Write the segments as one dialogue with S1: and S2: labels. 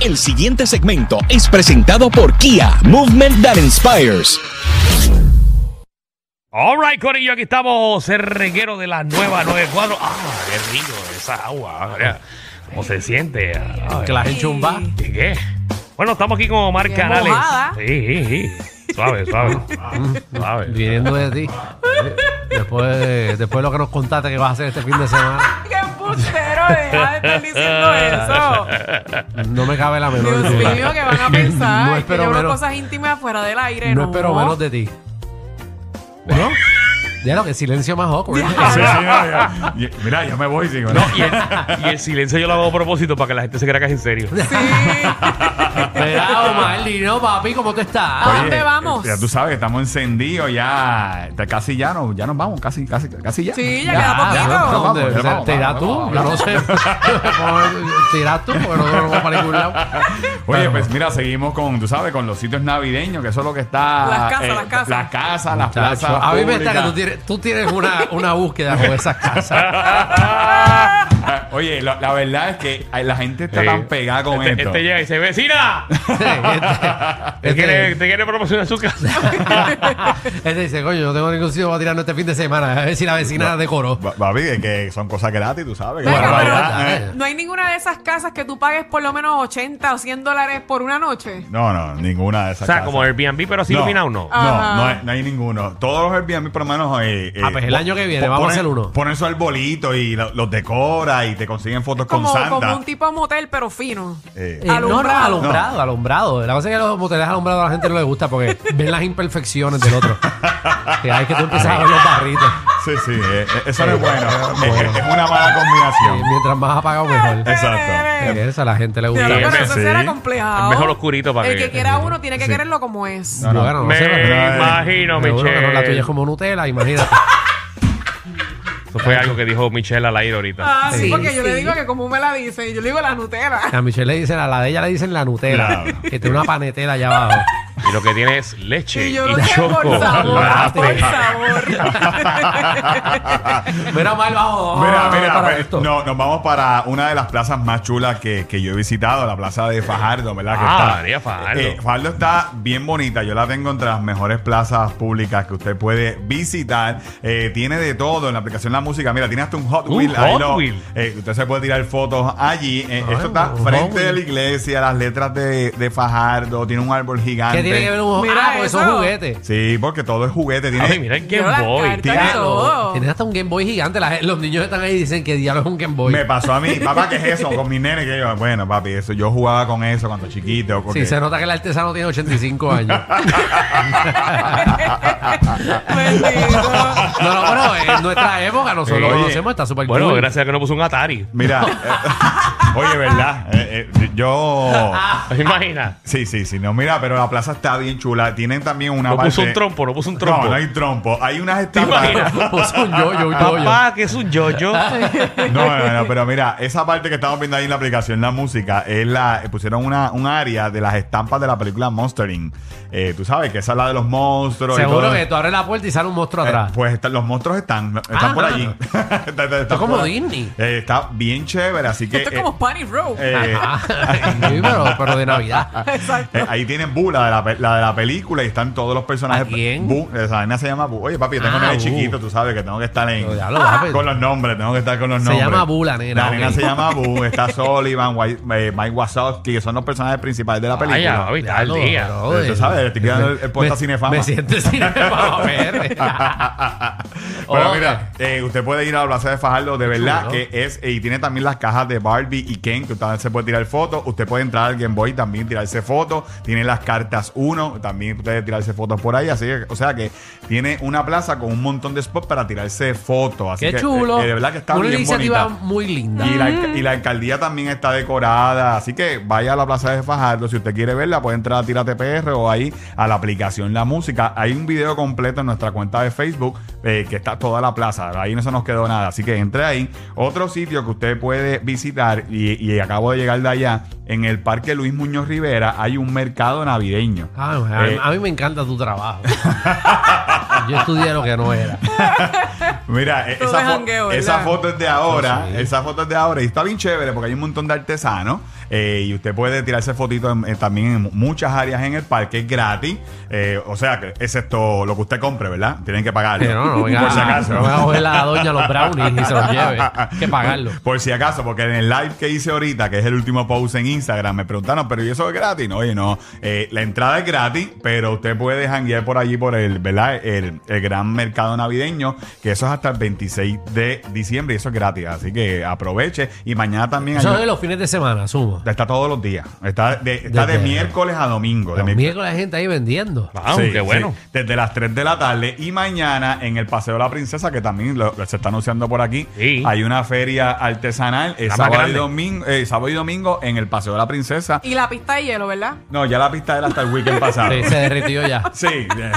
S1: El siguiente segmento es presentado por Kia, Movement That Inspires.
S2: All right, Corillo, aquí estamos, el reguero de la nueva 94. ¡Ah, qué rico esa agua! ah, Mira, ¿Cómo se siente? Ah,
S3: Que la gente chumba.
S2: ¿Qué, qué? Bueno, estamos aquí con Omar Canales.
S4: mojada.
S2: Sí, sí, sí. Suave, suave. suave.
S3: Viniendo de ti. Después de, después de lo que nos contaste que vas a hacer este fin de semana,
S4: ¡Qué embustero! Deja de estar diciendo eso.
S3: no me cabe la menor
S4: Dios
S3: duda.
S4: mío, que van a pensar
S3: No
S4: que
S3: espero
S4: yo hablo
S3: menos-
S4: cosas íntimas fuera del aire.
S3: No espero menos de ti. ¿No? Ya lo que silencio más awkward.
S5: Sí, sí, ya, ya. Y- Mira, yo me voy. Digo,
S2: No, y el, y el silencio yo lo hago a propósito para que la gente se crea que es en serio.
S3: Verá, Omar, no, papi, ¿cómo tú estás?
S4: ¿A dónde vamos?
S5: Ya tú sabes que estamos encendidos ya. Te- Casi ya, no, ya nos vamos, casi, casi, casi ya.
S4: Sí, ya
S3: Ah,
S4: queda
S3: ¿dónde-
S4: poquito.
S5: vamos,
S3: dónde?
S5: ya
S3: O sea,
S5: vamos,
S3: ¿Te irás
S5: vamos,
S3: tú?
S5: vamos.
S3: Yo no sé. ¿Te irás tú? Porque nosotros no vamos para ningún lado.
S5: Oye, pues mira, seguimos con, tú sabes, con los sitios navideños, que eso es lo que está. eh,
S4: Las casas, las casas.
S5: Las casas, las
S3: Chacho,
S5: plazas.
S3: a mí me está que tú
S5: públicas.
S3: tienes, tú tienes una, una búsqueda con esas casas.
S5: Ah, Oye, la, la verdad es que ay, la gente está
S2: Sí.
S5: tan pegada con
S2: Este,
S5: esto.
S2: este llega y dice, vecina,
S3: Este-
S2: ¿te quiere,
S3: este-
S2: te quiere promocionar su casa?
S3: Este dice, coño, no tengo ningún sitio para tirarnos este fin de semana. A ver si la vecina de coro.
S6: Ba- Babi, de que son cosas gratis, tú sabes. que
S4: Venga,
S6: van a
S4: pero-
S6: bailar, ¿eh?
S4: No hay ninguna de esas casas que tú pagues por lo menos 80 o 100 dólares por una noche.
S6: No, no, ninguna de esas.
S2: o sea,
S6: casas.
S2: como Airbnb, pero así
S6: No.
S2: iluminado, ¿no?
S4: Ajá.
S6: No, no hay, no hay ninguno. Todos los Airbnb, por lo menos. eh, eh,
S3: Ah, pues el
S6: po-
S3: año que viene,
S6: po-
S3: vamos a
S6: ponen-
S3: hacer uno.
S6: Ponen su arbolito y lo- los decora y te consiguen fotos
S4: Como,
S6: con Santa.
S4: como un tipo motel, pero fino.
S6: Eh,
S3: Eh, no, no,
S4: Alumbrado.
S3: alumbrado, alumbrado. La cosa es que los moteles alumbrados a la gente no le gusta porque ven las imperfecciones del otro. Que hay que tú empiezas a ver los barritos. eh,
S6: sí, sí, eh, eh, eso no es bueno.
S3: bueno.
S6: Es, es una mala
S3: Y
S6: combinación.
S3: Eh, mientras más apagado, mejor.
S6: Exacto.
S3: Eh, Eso a la gente le
S4: Pero
S3: gusta.
S2: Sí,
S4: pero eso
S6: sí.
S4: será complejo.
S2: Es mejor oscurito para
S4: El
S2: que-
S4: que quiera uno tiene que quererlo como es.
S3: No, bueno, no
S2: Me
S3: sé, pero-
S2: imagino,
S3: seguro que no, la tuya
S2: Michelle.
S3: es como Nutella, imagínate.
S2: Eso fue algo que dijo Michelle al aire ahorita.
S4: Ah, sí,
S3: Sí,
S4: porque yo le
S3: sí.
S4: digo que como me la dicen, yo le digo la Nutella.
S3: A Michelle le dicen, a la de ella le dicen la Nutella.
S6: Claro.
S3: Que tiene una panetera allá abajo.
S2: Y lo que tiene es leche
S4: Y
S2: y,
S4: yo lo sé por
S2: chocolate.
S4: sabor,
S3: chocolate.
S4: por sabor.
S3: Mira, mal,
S2: Ah,
S3: vamos.
S6: Mira,
S3: vamos
S6: mira,
S3: para
S6: pues,
S3: esto.
S6: no, nos vamos para una de las plazas más chulas que, que yo he visitado, la plaza de Fajardo, ¿verdad? Que
S2: Ah,
S6: está-
S2: María, Fajardo.
S6: Eh, Fajardo está bien bonita, yo la tengo entre las mejores plazas públicas que usted puede visitar. Eh, tiene de todo en la aplicación La Música. Mira, tiene hasta un Hot
S2: Un
S6: Wheel. ahí
S2: Hot
S6: lo-
S2: Wheel.
S6: eh, usted se puede tirar fotos allí. Eh,
S3: Ay,
S6: esto está
S3: un Hot
S6: frente
S3: Wheel.
S6: de la iglesia, las letras de, de Fajardo, tiene un árbol
S3: ¿Qué
S6: gigante.
S3: tiene que ver un
S4: Mira
S3: Ah, porque son
S4: eso.
S3: juguetes.
S6: Sí, porque todo es juguete. Tiene,
S2: Ay, mira el
S4: Yo
S2: Game
S4: las
S2: Boy.
S4: cartas
S2: tío.
S4: y todo.
S3: Tienes hasta un Game Boy gigante. La- los niños están ahí y dicen que diablo es un Game Boy.
S6: Me pasó a mí, papá, ¿qué es eso? Con mi nene, que yo, bueno, papi, eso, yo jugaba con eso cuando chiquito.
S3: Sí,
S6: porque-
S3: se nota que el artesano tiene 85 años.
S4: Bendito.
S3: No, no, bueno, en nuestra época nosotros lo
S6: Oye.
S3: conocemos, está súper
S2: Bueno,
S3: cool.
S2: gracias a que no puso un Atari.
S6: Mira, eh, oye, ¿verdad? Eh, eh, yo.
S2: ¿Te imaginas?
S6: Sí, sí, sí, no, mira, pero la plaza está bien chula. Tienen también una
S2: No
S6: parte-
S2: puso un trompo, no puso un trompo.
S6: No, no hay trompo. Hay unas
S2: ¿Te imaginas?
S6: estampas.
S3: Puso Pues un yo, yo, yo, yo.
S2: Papá, que es un yo-yo.
S6: No, no, no, pero mira, esa parte que estamos viendo ahí en la aplicación, la música, es la, eh, pusieron una, un área de las estampas de la película Monstering. Eh, tú sabes que esa es la de los monstruos. y
S3: Seguro
S6: todo.
S3: que tú abres la puerta y sale un monstruo
S6: Eh,
S3: atrás.
S6: pues está- los monstruos están, están
S3: Ah.
S6: por allí. Está- está- está
S3: como
S6: por-
S3: Disney.
S6: Eh, está bien chévere, así que.
S4: Esto es
S6: eh,
S4: como Panic Row.
S6: eh,
S3: Sí, pero, pero de Navidad.
S4: Exacto.
S6: eh, ahí tienen Bu, la de la, pe- la de la película, y están todos los personajes.
S3: ¿A quién?
S6: Bu, esa vaina se llama Bu. Oye, papi, yo tengo
S3: Ah,
S6: un nene
S3: Bu.
S6: chiquito, tú sabes que tengo que estar en.
S3: Pero ya lo vas a ver.
S6: Con los nombres, tengo que estar con los
S3: Se
S6: nombres.
S3: llama Bu, la nena,
S6: La nena
S3: ok.
S6: se llama Bu, está Sullivan, White- eh, Mike Wazowski, que son los personajes principales de la
S2: Ay,
S6: película.
S2: ya, está al
S3: Diablo,
S2: día.
S3: pero,
S6: Tú
S3: eh,
S6: sabes, le estoy quedando el- el
S3: me-
S6: puesto a Cinefama.
S3: Me siento cinefama, ver.
S6: Pero
S3: Oh,
S6: mira, eh, usted puede ir a la plaza de Fajardo, de verdad
S3: chulo.
S6: que es. eh, Y tiene también las cajas de Barbie y Ken, que usted se puede tirar fotos. Usted puede entrar al Game Boy y también tirarse fotos. Tiene las cartas 1, también puede tirarse fotos por ahí. Así que, o sea que tiene una plaza con un montón de spots para tirarse fotos. Así
S3: Qué
S6: que,
S3: chulo.
S6: eh, de verdad que está
S3: Una
S6: bien
S3: iniciativa
S6: bonita.
S3: muy linda.
S6: Y la, alca- y la alcaldía también está decorada. Así que vaya a la plaza de Fajardo. Si usted quiere verla, puede entrar a Tírate PR o ahí a la aplicación La Música. Hay un video completo en nuestra cuenta de Facebook eh, que está toda la plaza. Ahí no se nos quedó nada. Así que entre ahí. Otro sitio que usted puede visitar, y, y acabo de llegar de allá, en el Parque Luis Muñoz Rivera hay un mercado navideño.
S3: Ah, a, mí-
S6: Eh,
S3: a mí me encanta tu trabajo. Yo estudié lo que no era.
S6: Mira, eh,
S4: Todo
S6: esa,
S4: es
S6: fo-
S4: jangueo,
S6: esa
S4: ¿verdad?
S6: foto es de ahora,
S3: Sí.
S6: esa foto es de ahora y está bien chévere porque hay un montón de artesanos. eh, y usted puede tirarse fotitos en- eh, también en muchas áreas en el parque, es gratis. Eh, o sea, que excepto lo que usted compre, ¿verdad? Tienen que pagarlo.
S3: Eh, no, no, venga,
S6: por si acaso.
S3: no me va a coger la doña los brownies y se los lleve. Hay que pagarlo.
S6: Por si acaso, porque en el live que hice ahorita, que es el último post en Instagram, me preguntaron, pero ¿y eso es gratis? No, oye, no. Eh, la entrada es gratis, pero usted puede janguear por allí, por el, ¿verdad? El, el gran mercado navideño, que eso es hasta el 26 de diciembre y eso es gratis. Así que aproveche. Y mañana también
S3: Eso
S6: hay-
S3: es de los fines de semana, sumo.
S6: está todos los días. Está de, está de
S3: Desde-
S6: miércoles a domingo. de
S3: Los
S6: miércoles-
S3: miércoles la gente ahí vendiendo.
S2: Ah,
S6: Sí,
S2: qué bueno.
S6: sí. Desde las 3 de la tarde y mañana en el Paseo de la Princesa, que también lo- lo- se está anunciando por aquí,
S2: Sí.
S6: hay una feria artesanal eh,
S2: La más
S6: sábado, y
S2: grande.
S6: domingo, eh, sábado y domingo en el Paseo de la Princesa.
S4: Y la pista de hielo, ¿verdad?
S6: No, ya la pista era hasta el weekend pasado.
S3: Sí,
S6: Sí,
S3: se derritió ya.
S6: ya,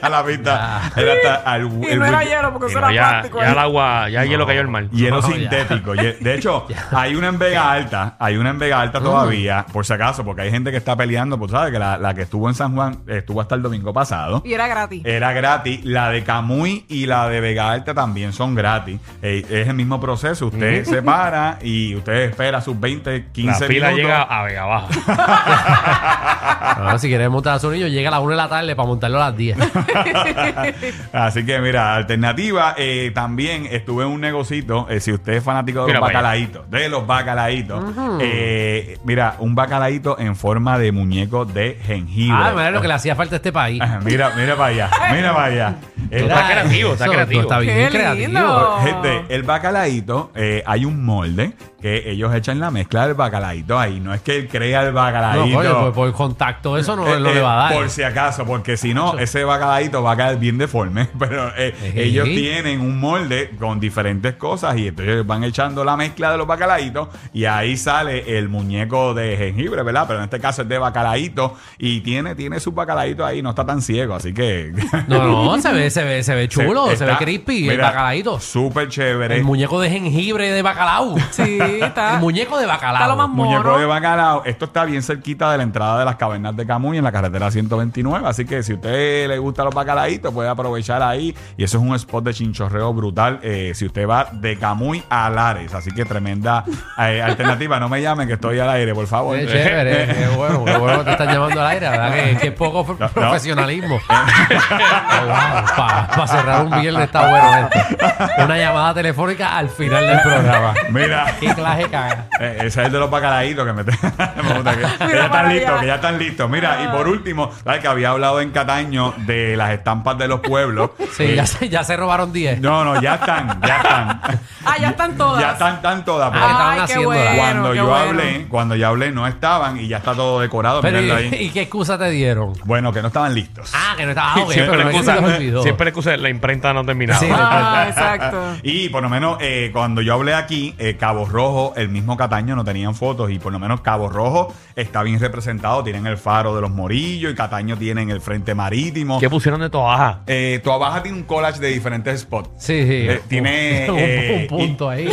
S6: ya la pista era hasta el,
S4: Y
S6: el
S4: no era
S6: weekend.
S4: hielo porque
S2: Y
S4: eso
S2: no,
S4: era
S2: ya,
S4: plástico.
S2: ya
S4: ¿eh?
S2: el agua, ya el hielo cayó al mar.
S6: Hielo
S3: No, ya.
S6: sintético. Hie- De hecho, hay una en Vega Alta, hay una en Vega
S2: Uh.
S6: Alta todavía, por si acaso, porque hay gente que está peleando, pues sabes que la, la que estuvo en San Juan eh, estuvo hasta el domingo pasado.
S4: Y era gratis.
S6: Era gratis. La de Camuy y la de Vega Alta también son gratis. Eh, es el mismo proceso. Usted se para y usted espera sus 20, 15
S2: La pila
S6: minutos.
S2: llega a Vega Baja.
S3: Ahora, si quieres montar a su niño, llega a las 1 de la tarde para montarlo a las 10.
S6: Así que mira, alternativa. eh, también estuve en un negocito. eh, si usted es fanático de
S2: Mira
S6: los
S2: para allá.
S6: bacalaitos, de los bacalaitos. eh, mira, un bacalaito en forma de muñeco de jengibre.
S3: Ah, madre, lo que le hacía falta a este país.
S6: Mira, mira para allá. Mira para allá.
S3: Era
S2: Está creativo, está
S3: eso,
S2: creativo.
S3: Está bien
S4: Qué
S3: creativo.
S4: lindo.
S6: Gente, el bacalaíto, eh, hay un molde que ellos echan la mezcla del bacalaíto ahí. No es que él crea el
S3: No,
S6: bacalaíto.
S3: coño, pues, por, por contacto, eso no,
S6: Eh,
S3: no le
S6: eh,
S3: va a dar.
S6: Por si acaso, porque si no, ese bacalaíto va a caer bien deforme. Pero eh,
S3: Ejé.
S6: ellos tienen un molde con diferentes cosas y entonces van echando la mezcla de los bacalaitos y ahí sale el muñeco de jengibre, ¿verdad? Pero en este caso es de bacalaíto y tiene, tiene su bacalaíto ahí, no está tan ciego, así que...
S3: No, no, se ve, se ve, se ve chulo, se, ve
S6: está-
S3: crispy, el
S6: mira,
S3: bacalaíto.
S6: Súper chévere.
S3: El muñeco de jengibre de bacalao.
S4: Sí,
S3: El
S4: está.
S3: muñeco de bacalao.
S4: Está lo más
S6: Muñeco
S4: Moro.
S6: de bacalao. Esto está bien cerquita de la entrada de las cavernas de Camuy en la carretera 129. Así que si a usted le gustan los bacalaitos, puede aprovechar ahí. Y eso es un spot de chinchorreo brutal. eh, si usted va de Camuy a Lares. Así que tremenda eh, alternativa. No me llamen que estoy al aire, por favor.
S3: Qué chévere, qué bueno, qué bueno que te están llamando al aire, la ¿verdad? Que, que poco pro-
S6: No.
S3: profesionalismo. Para cerrar un viernes está bueno esto. Una llamada telefónica al final del programa.
S6: Mira.
S3: Qué clase caga.
S6: Eh, Ese es el de los bacalaitos que me, me gusta que, que ya
S4: para
S6: están listos,
S4: allá.
S6: que ya están listos. Mira, y por último, ¿sabes que había hablado en Cataño de las estampas de los pueblos?
S3: Sí,
S6: Eh,
S3: ya se, ya se robaron 10.
S6: No, no, ya están, ya están.
S4: Ah, ya están todas.
S6: eh, Ya están, están todas. pero-
S3: Ah, estaban
S4: Ay, qué
S3: haciéndola.
S4: bueno.
S6: cuando
S4: qué
S6: yo
S4: bueno.
S6: hablé, cuando yo hablé no estaban y ya está todo decorado.
S3: Pero,
S6: mírenlo
S3: ¿y,
S6: ahí.
S3: y qué excusa te dieron?
S6: Bueno, que no estaban listos.
S3: Ah, que no estaba. Ah, ok,
S2: siempre,
S3: pero no es que se
S2: excusa,
S3: les olvidó.
S2: siempre excusa, la imprenta no terminaba.
S3: Sí.
S4: Ah, exacto.
S6: Y por lo menos eh, cuando yo hablé aquí, eh, Cabo Rojo, el mismo Cataño no tenían fotos y por lo menos Cabo Rojo está bien representado. Tienen el faro de los Morillos y Cataño tienen el frente marítimo.
S2: ¿Qué pusieron de toaja?
S6: Eh, tu abaja tiene un collage de diferentes spots.
S3: Sí, sí.
S6: Eh, tiene,
S3: un,
S6: eh,
S3: un punto ahí.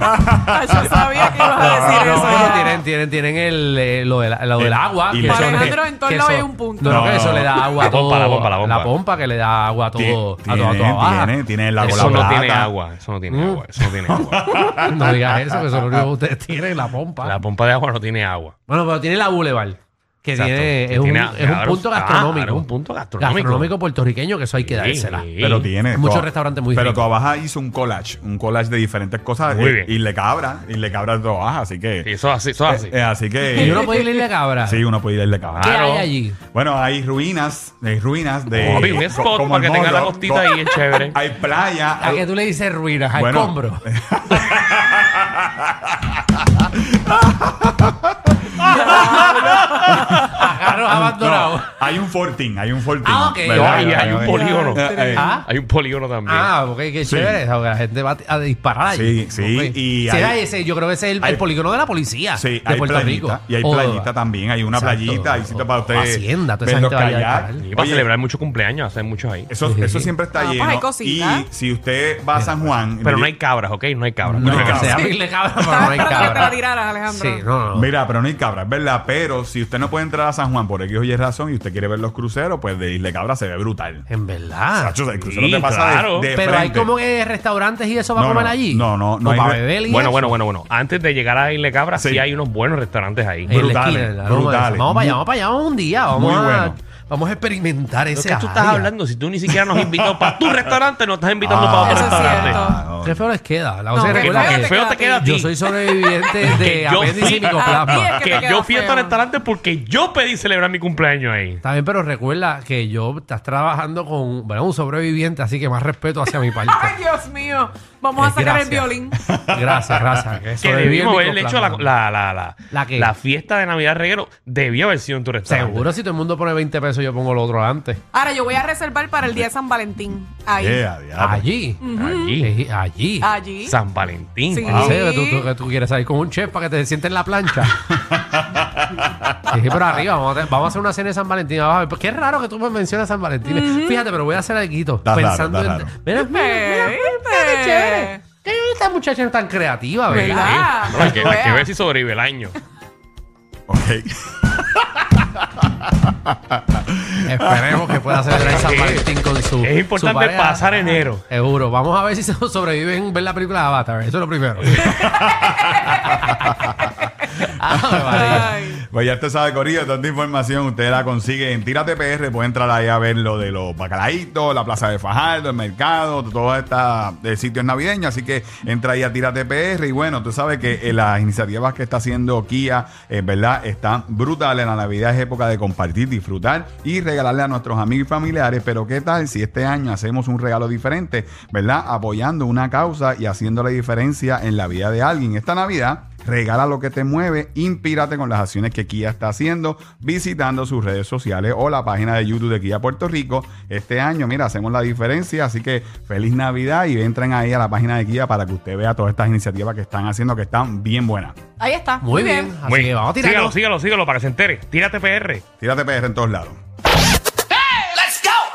S4: Ah, Yo sabía que ibas a decir
S3: Ah, No,
S4: eso.
S3: no,
S4: ya.
S3: tienen, tienen, tienen el, eh, lo, de la- lo del
S6: Eh,
S3: agua.
S6: y
S3: que
S6: le-
S3: eso-
S4: Alejandro, en todos
S3: que
S4: lados
S3: eso-
S4: hay un punto.
S3: No, no,
S6: No,
S3: que eso le da agua a
S2: la pompa,
S3: todo.
S2: la pompa, la pompa.
S3: que le da agua a todo. a
S6: tiene,
S3: todo, a todo abajo.
S6: tiene, tiene el lago
S2: Eso
S6: La
S2: no
S6: Plata.
S2: tiene agua, eso no
S3: Mm.
S2: tiene agua, eso no tiene agua.
S3: No digas eso, que eso es lo único que ustedes tienen, la pompa.
S2: La pompa de agua no tiene agua.
S3: Bueno, pero tiene la Boulevard. Que
S2: Exacto.
S3: tiene,
S2: Que
S3: es,
S2: tiene-
S3: un, es un
S2: claro,
S3: punto
S2: claro,
S3: gastronómico.
S2: es un punto gastronómico.
S3: puertorriqueño, que eso hay que dársela.
S2: Sí.
S6: Pero tiene.
S3: Muchos
S6: Toa-
S3: restaurantes muy
S6: Pero
S3: ricos.
S6: tu abaja hizo un collage, un collage de diferentes cosas.
S2: Muy
S6: eh,
S2: bien.
S6: Y le cabra, y le cabra tu abaja, así que.
S2: Sí, Eso es así, eso es así.
S6: eh, eh, así que.
S3: Y uno puede irle a cabra.
S6: Sí, uno puede ir de cabra.
S3: ¿Qué
S2: Claro.
S3: hay allí?
S6: Bueno, hay ruinas, hay ruinas de.
S2: Papi, un spot
S6: como
S2: para
S6: el
S2: que tenga la
S6: Morro,
S2: costita
S6: co-
S2: ahí, es chévere.
S6: Hay playa.
S3: ¿A
S6: hay-
S3: qué tú le dices ruinas? ¿A
S6: Bueno.
S3: escombro? a carros abandonados.
S6: No, hay un fortín, hay un fortín.
S3: Ah, ok.
S6: ¿verdad?
S2: Ay, hay un polígono.
S6: Eh, eh,
S3: Ah.
S2: Hay un polígono también.
S3: Ah, ok, qué chévere. o sea, la gente va a disparar allí.
S6: Sí, sí,
S3: Ok.
S6: y
S3: Sí,
S6: hay-
S3: era ese, yo creo que ese es el,
S6: hay-
S3: el polígono de la policía
S6: Sí,
S3: Ah, de
S6: hay
S3: Puerto
S6: playita,
S3: Rico.
S6: y hay
S3: O-
S6: playita también, hay una
S3: Exacto.
S6: playita, hay sitio para
S3: O
S6: usted
S3: hacienda, toda esa
S6: ver los
S3: gente vaya a
S6: kayak.
S3: disparar.
S2: Y para
S6: Oye,
S2: celebrar muchos cumpleaños, hacen muchos ahí.
S6: Eso, eso siempre
S4: Ah,
S6: está
S4: pues
S6: lleno.
S4: hay cositas.
S6: Y si usted va a San Juan,
S2: Pero no hay cabras, ¿ok? No hay cabras.
S3: No,
S6: No hay
S3: o sea,
S6: cabra.
S3: abrirle cabra, pero no
S4: Estaba
S3: hay
S4: esperando que te la
S3: cabra.
S4: tiraras, Alejandro.
S3: Sí, no, no.
S6: Mira, pero no hay cabras, ¿verdad? Pero si usted no puede entrar a San Juan por X o Y razón y usted quiere ver los cruceros, pues de Isla Cabra se ve brutal.
S3: En verdad.
S6: Chacho, el crucero
S2: Ah, sí,
S6: te pasa de-
S2: claro.
S6: de,
S3: Pero hay
S6: frente.
S3: como que restaurantes y eso para
S6: No, no,
S3: comer allí.
S6: no, no, no
S3: O
S6: hay
S3: para
S6: re-
S3: beber y
S2: Bueno,
S3: eso.
S2: bueno, bueno, bueno. Antes de llegar a Isle Cabra, sí.
S6: Sí.
S2: hay unos buenos restaurantes ahí.
S3: En la
S6: brutales,
S3: esquina, el aroma
S6: brutales.
S3: ese. Vamos para allá,
S6: Muy-
S3: vamos para allá vamos un día. Vamos,
S6: muy
S3: a,
S6: bueno.
S3: vamos a experimentar
S2: ¿De
S3: ese
S2: qué tú estás
S3: área.
S2: hablando? Si tú ni siquiera nos invitó para tu restaurante, nos estás invitando
S6: Ah,
S2: para otro
S4: Eso es
S2: restaurante.
S4: cierto.
S6: no.
S3: Qué feo les queda. La
S4: No,
S3: cosa
S4: qué
S3: es que recuerda
S4: feo
S2: que
S3: que
S4: te
S2: feo te queda a ti.
S3: yo soy sobreviviente
S2: Que
S3: de
S2: yo
S3: apéndice
S2: fui-
S3: y micoplasma.
S4: Ah, que
S2: Que
S4: te
S2: yo
S4: queda
S2: fui a este
S4: feo.
S2: restaurante porque yo pedí celebrar mi cumpleaños ahí.
S3: Está bien, pero recuerda que yo estás trabajando con bueno, un sobreviviente, así que más respeto hacia mi parte.
S4: Ay, Dios mío. Vamos
S3: Eh,
S4: a sacar el
S3: gracias.
S4: violín.
S3: Gracias, gracias.
S2: Que
S3: sobreviví
S2: debimos
S3: el
S2: haberle hecho la, la,
S3: micoplasma.
S2: la, la,
S3: ¿La qué?
S2: la fiesta de Navidad Reguero. Debió haber sido en tu restaurante.
S3: Seguro, si todo el mundo pone 20 pesos, yo pongo lo otro antes.
S4: Ahora yo voy a reservar para el día de San Valentín. Ahí.
S6: Yeah, diablo.
S3: Allí.
S2: Allí.
S3: Eh, Allí.
S4: Allí.
S2: San Valentín.
S4: Sí.
S3: ¿En serio que tú, tú- que tú quieres salir con un chef para que te sientes en la plancha? Dije, pero arriba, vamos a, te- vamos a hacer una cena de San Valentín. Vamos a ver, qué raro que tú me mencionas San Valentín. Fíjate, pero voy a hacer algo
S6: Está raro,
S3: pensando
S6: está
S3: en...
S6: raro.
S3: Mira, mira, mira, mira,
S4: Eh, eh.
S3: qué chévere. Qué bien esta muchacha es tan creativa, ¿verdad?
S4: ¿Verdad? Ah,
S2: No, hay, que,
S4: para que
S2: hay que ver
S4: veas.
S2: si sobrevive el año.
S6: Ok.
S3: Esperemos que pueda celebrar el San Valentín con su
S2: Es
S3: su
S2: importante
S3: pareja.
S2: pasar enero.
S3: Seguro. Vamos a ver si se sobreviven ver la película de Avatar. Eso es lo primero. Ah, María.
S4: Ay.
S6: Pues ya usted sabe, Corillo, toda esta información usted la consigue en Tírate PR. Puede entrar ahí a ver lo de los bacalaitos, la plaza de Fajardo, el mercado, todos estos sitios navideños. Así que entra ahí a Tírate PR. Y bueno, tú sabes que eh, las iniciativas que está haciendo Kia, en verdad, están brutales. La Navidad es época de compartir, disfrutar y regalarle a nuestros amigos y familiares. Pero qué tal si este año hacemos un regalo diferente, ¿verdad? Apoyando una causa y haciendo la diferencia en la vida de alguien. Esta Navidad. Regala lo que te mueve, inspírate con las acciones que Kia está haciendo, visitando sus redes sociales o la página de YouTube de Kia Puerto Rico. Este año, mira, hacemos la diferencia, así que feliz Navidad y entren ahí a la página de Kia para que usted vea todas estas iniciativas que están haciendo, que están bien buenas.
S4: Ahí está.
S3: Muy bien. Así
S2: Bueno,
S3: que vamos a tirar.
S2: sígalo, sígalo, sígalo para que se entere. Tírate PR.
S6: Tírate PR en todos lados.